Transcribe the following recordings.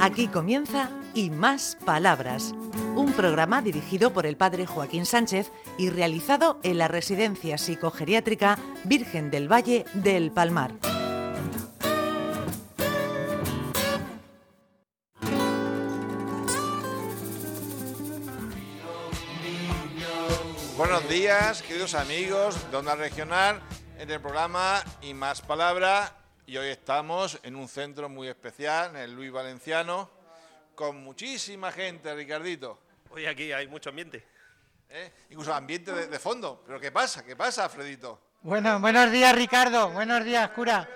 Aquí comienza Y Más Palabras, un programa dirigido por el padre Joaquín Sánchez y realizado en la Residencia Psicogeriátrica Virgen del Valle del Palmar. Buenos días, queridos amigos de Onda Regional, en el programa Y Más Palabra. Y hoy estamos en un centro muy especial, en el Luis Valenciano, con muchísima gente, Ricardito. Hoy aquí hay mucho ambiente. ¿eh? Incluso ambiente de, de fondo. Pero ¿qué pasa? ¿Qué pasa, Fredito? Bueno, buenos días, Ricardo. Buenos días, cura.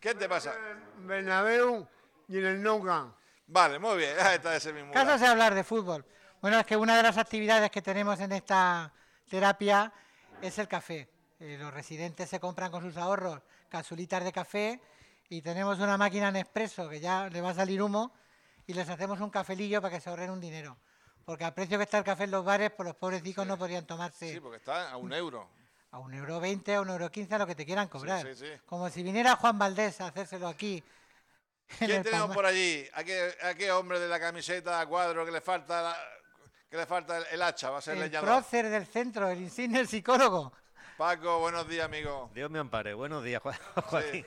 ¿Qué te pasa? Bernabéu y en el Nou Camp. Vale, muy bien, ahí está ese mismo. Caso de hablar de fútbol. Bueno, es que una de las actividades que tenemos en esta terapia es el café. Eh, los residentes se compran con sus ahorros casulitas de café y tenemos una máquina en expreso que ya le va a salir humo y les hacemos un cafelillo para que se ahorren un dinero. Porque al precio que está el café en los bares, pues los pobres chicos no podrían tomarse Sí, porque está a un euro. a un euro veinte, a un euro quince, a lo que te quieran cobrar. sí, sí. Como si viniera Juan Valdés a hacérselo aquí. en ¿Quién el tenemos Palma- por allí? ¿A qué, a qué hombre de la camiseta a cuadro que le falta la- que le falta el, el hacha? Va a ser El leñador. prócer del centro, el insigne psicólogo. Paco, buenos días, amigo. Dios me ampare. Buenos días, Juan- Joaquín.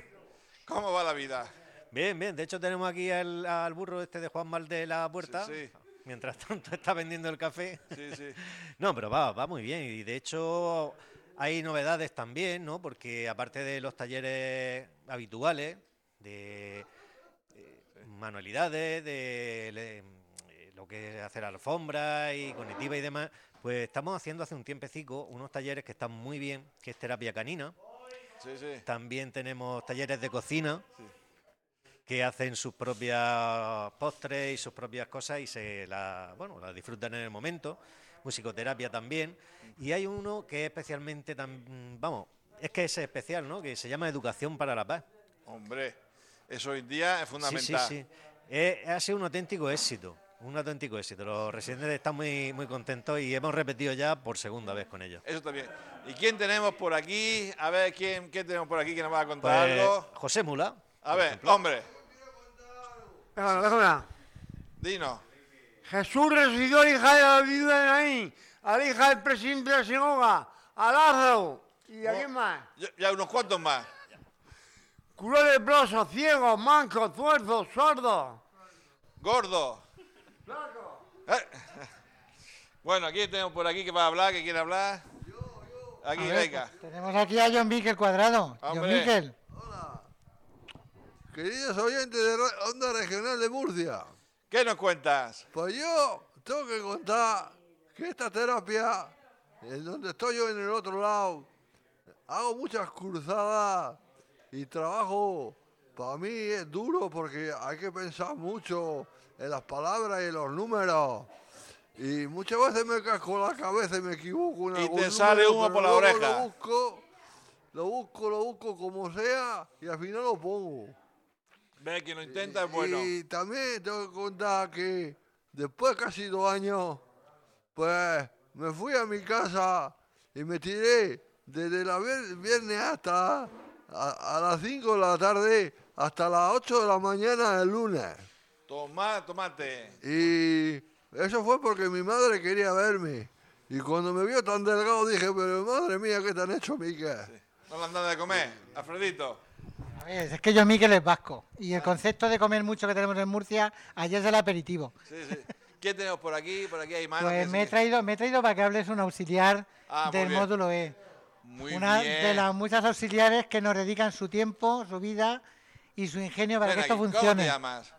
¿Cómo va la vida? Bien, bien. De hecho, tenemos aquí al, al burro este de Juan Mal de la puerta. sí. Mientras tanto está vendiendo el café. Sí, sí. No, pero va, va muy bien. Y de hecho hay novedades también, ¿no? Porque aparte de los talleres habituales, de eh, manualidades, de le- eh, lo que es hacer alfombras y cognitiva y demás, pues estamos haciendo hace un tiempecico unos talleres que están muy bien, que es terapia canina. Sí, sí. También tenemos talleres de cocina que hacen sus propias postres y sus propias cosas y se la, bueno, la disfrutan en el momento. Musicoterapia también. Y hay uno que es especialmente, tan, vamos, es que es especial, ¿no? Que se llama Educación para la Paz. Hombre, eso hoy en día es fundamental. Sí, sí, sí. Eh, ha sido un auténtico éxito. Un auténtico éxito. Los residentes están muy, muy contentos y hemos repetido ya por segunda vez con ellos. Eso también. ¿Y quién tenemos por aquí? A ver, ¿quién, quién tenemos por aquí que nos va a contar Pues, algo? José Mula. A ver, hombre, Déjala, déjala. dinos. Jesús resucitó a la hija de la viuda de Naín, a la hija del presidente de la sinagoga, a Lázaro. ¿Y a quién más? Ya, ya unos cuantos más. Curó leprosos, ciegos, mancos, tuerzos, sordos. Gordo. Eh. Bueno, ¿quién tenemos por aquí que va a hablar, que quiere hablar? Aquí, A ver, venga. pues tenemos aquí a John Miquel Cuadrado. John Hombre. Miquel, Queridos oyentes de Ra- Onda Regional de Murcia, ¿Qué nos cuentas? pues yo tengo que contar que esta terapia, en donde estoy yo en el otro lado, hago muchas cruzadas y trabajo, para mí es duro porque hay que pensar mucho en las palabras y en los números. Y muchas veces me casco la cabeza y me equivoco. en Y algún te sale humo pero por la luego oreja. Lo busco, lo busco, lo busco como sea y al final lo pongo. Ve que lo intenta, es bueno. Y también tengo que contar que después de casi dos años, pues me fui a mi casa y me tiré desde la vier- viernes hasta a, a las 5 de la tarde hasta las 8 de la mañana del lunes. Toma, tomate. Y eso fue porque mi madre quería verme. Y cuando me vio tan delgado dije, pero madre mía, ¿qué te han hecho, Mica? No le han dado de comer. Alfredito. a ver, es que John Miquel es vasco. Y el concepto de comer mucho que tenemos en Murcia, ayer es el aperitivo. Sí, sí. ¿Quién tenemos por aquí? Por aquí hay manos. Pues Ah, que me he sí. traído, me he traído para que hables un auxiliar Ah, muy del bien. módulo E. Muy Una bien. de las muchas auxiliares que nos dedican su tiempo, su vida y su ingenio para Ven que esto aquí, ¿Cómo te funcione. llamas?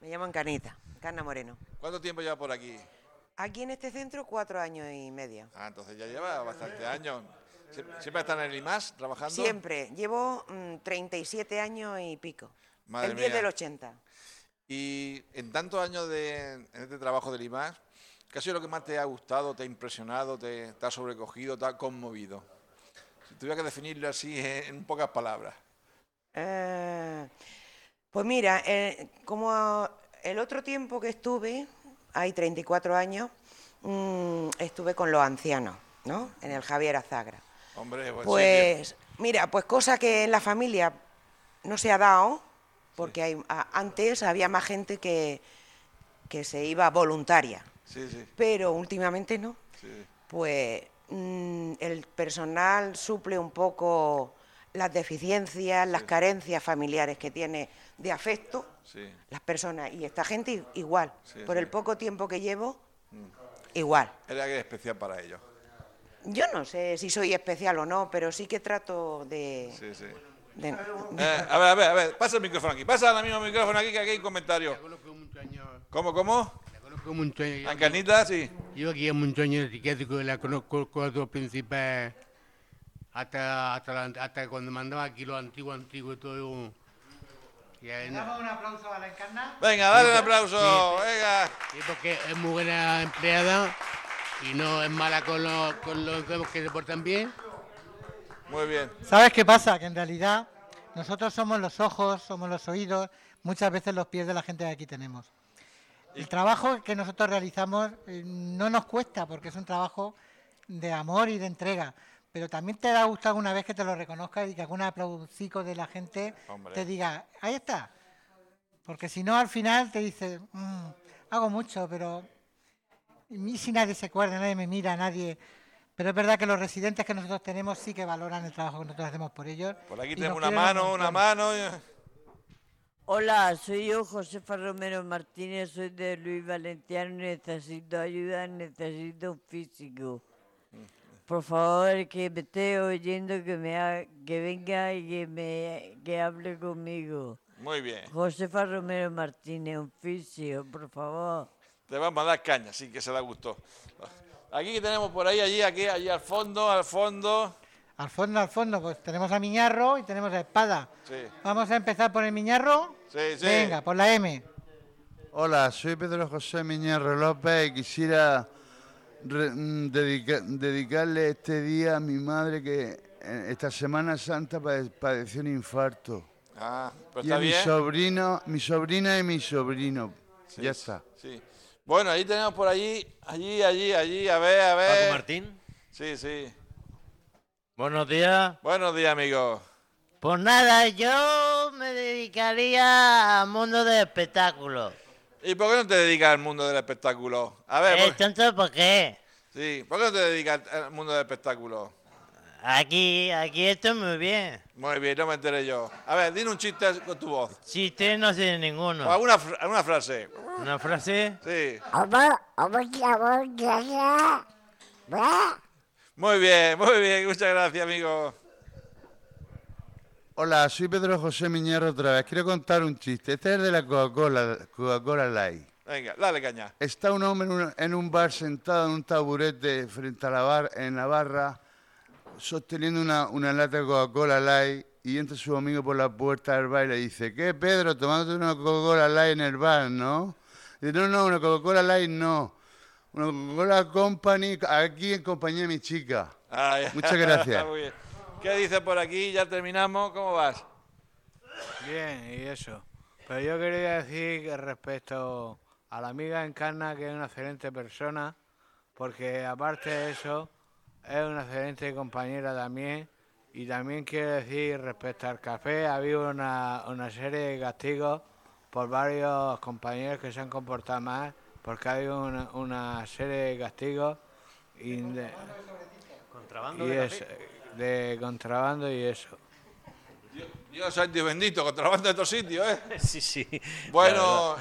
Me llaman Canita, Cana Moreno. ¿Cuánto tiempo llevas por aquí? Aquí en este centro cuatro años y medio. Ah, entonces ya lleva bastante años. Sie- ¿Siempre están en el IMAS trabajando? Siempre, llevo mm, 37 años y pico. Madre el 10 mía. del 80. Y en tantos años de en este trabajo del IMAS, ¿qué ha sido lo que más te ha gustado, te ha impresionado, te, te ha sobrecogido, te ha conmovido? Si tuviera que definirlo así en, en pocas palabras. Eh, pues mira, eh, como el otro tiempo que estuve, hay 34 años, mm, estuve con los ancianos, ¿no? En el Javier Azagra. Hombre, buen sitio. Pues mira, pues cosa que en la familia no se ha dado, porque hay, a- antes había más gente que, que se iba voluntaria, Sí, sí, pero últimamente no. sí. Pues mm, el personal suple un poco las deficiencias, las carencias familiares que tiene de afecto sí. las personas. Y esta gente i- igual, Sí, por sí. Mm. el poco tiempo que llevo, igual. Era que era especial para ellos. Yo no sé si soy especial o no, pero sí que trato de... Sí, sí. de- Eh, a ver, a ver, a ver, pasa el micrófono aquí, pasa el mismo micrófono aquí que aquí hay un comentario. Conozco muchos años, ¿Cómo, cómo? la conozco muchos años. ¿Ancanita? Sí. Yo aquí muchos años psiquiátrico, la conozco con los dos principales, hasta, hasta, la- hasta cuando mandaba aquí lo antiguo, antiguo y todo. Y, Le ahí no- damos un aplauso a la encarnada. Venga, dale un aplauso. Venga. y porque es muy buena empleada y no es mala con los, con los enfermos que se portan bien. Muy bien. ¿Sabes qué pasa? Que en realidad nosotros somos los ojos, somos los oídos, muchas veces los pies de la gente que aquí tenemos. El trabajo que nosotros realizamos eh, no nos cuesta porque es un trabajo de amor y de entrega. Pero también te da gusto alguna vez que te lo reconozcas y que algún aplausico de la gente Hombre. te diga, ahí está. Porque si no, al final te dice, "Mm, hago mucho, pero y mí si nadie se acuerda, nadie me mira, nadie. Pero es verdad que los residentes que nosotros tenemos sí que valoran el trabajo que nosotros hacemos por ellos. Por y aquí nos tenemos una quieren un mano, una montón. mano. Hola, soy yo, Josefa Romero Martínez, soy de Luis Valenciano, necesito ayuda, necesito un físico. Por favor, que me esté oyendo, que, me ha- que venga y que, me, que hable conmigo. Muy bien. Josefa Romero Martínez, un fisio, por favor. Te vamos a dar caña, sí, que se da gusto. Aquí que tenemos por ahí, allí, aquí, allí al fondo, al fondo. Al fondo, al fondo, pues tenemos a Miñarro y tenemos a Espada. Sí. Vamos a empezar por el Miñarro. Sí, sí. Venga, por la M. Hola, soy Pedro José Miñarro López y quisiera re- mm, dedica- dedicarle este día a mi madre que eh, esta Semana Santa pade- padeció un infarto. Ah, pero Y a está mi bien. sobrino, mi sobrina y mi sobrino. Ya está. Sí. Bueno, ahí tenemos por allí, allí, allí, allí, a ver, a ver. Paco Martín. Sí, sí. Buenos días. Buenos días, amigos. Pues nada, yo me dedicaría al mundo del espectáculo. ¿Y por qué no te dedicas al mundo del espectáculo? A ver, ¿Eh, por- tonto, por qué? sí, ¿por qué no te dedicas al mundo del espectáculo? Aquí, aquí estoy muy bien. Muy bien, no me enteré yo. A ver, dime un chiste con tu voz. Chiste no sé O ninguno. alguna, fr- alguna frase. ¿Una frase? Sí. Hola, Muy bien, muy bien. Muchas gracias, amigo. Hola, soy Pedro José Miñarro otra vez. Quiero contar un chiste. Este es de la Coca-Cola, Coca-Cola Light. Venga, dale caña. Está un hombre en un- en un bar sentado en un taburete frente a la bar, en la barra, sosteniendo una, una lata de Coca-Cola Light y entra su amigo por la puerta del bar y le dice, ¿qué, Pedro? Tomándote una Coca-Cola Light en el bar, ¿no? Dice, no, no, una Coca-Cola Light no. Una Coca-Cola Company aquí en compañía de mi chica. Ah, ya. Muchas gracias. Muy bien. ¿Qué dices por aquí? Ya terminamos. ¿Cómo vas? Bien, y eso. Pero yo quería decir que respecto a la amiga Encarna que es una excelente persona, porque aparte de eso, es una excelente compañera también. Y también quiero decir respecto al café, ha habido una, una serie de castigos por varios compañeros que se han comportado mal, porque ha habido una, una serie de castigos y de, Contrabando y de eso, de contrabando y eso. Dios santo y bendito, contrabando de estos sitios, ¿eh? café. Sí, sí. la verdad. Bueno,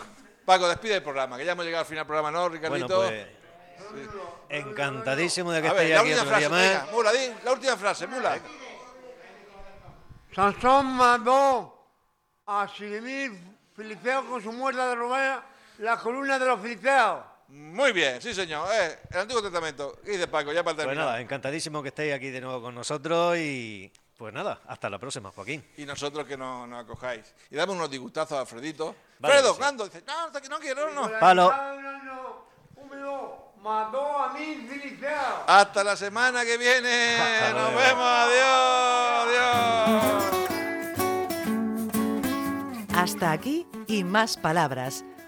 Paco, despide el programa, que ya hemos llegado al final del programa, ¿no, Ricardito? Bueno, pues. Encantadísimo de que a ver, estéis la aquí última otro frase, día venga, más. Mula, di la última frase, Mula. Sansón mandó a mil filisteos con su muerte de robar la columna de los filisteos. Muy bien, sí, señor. Eh, el Antiguo Testamento. ¿Qué dice Paco? Ya para Pues terminar. nada, encantadísimo que estéis aquí de nuevo con nosotros y. Pues nada, hasta la próxima, Joaquín. y nosotros que no nos acojáis. Y damos unos disgustazos a Alfredito. Vale, Fredo, sí. ¿cuándo? Dice, no, no, no quiero, no. Palo. Húmedo mató a mil filisteos. Hasta la semana que viene. Hasta Nos luego. vemos. Adiós. Adiós. Hasta aquí Y Más Palabras,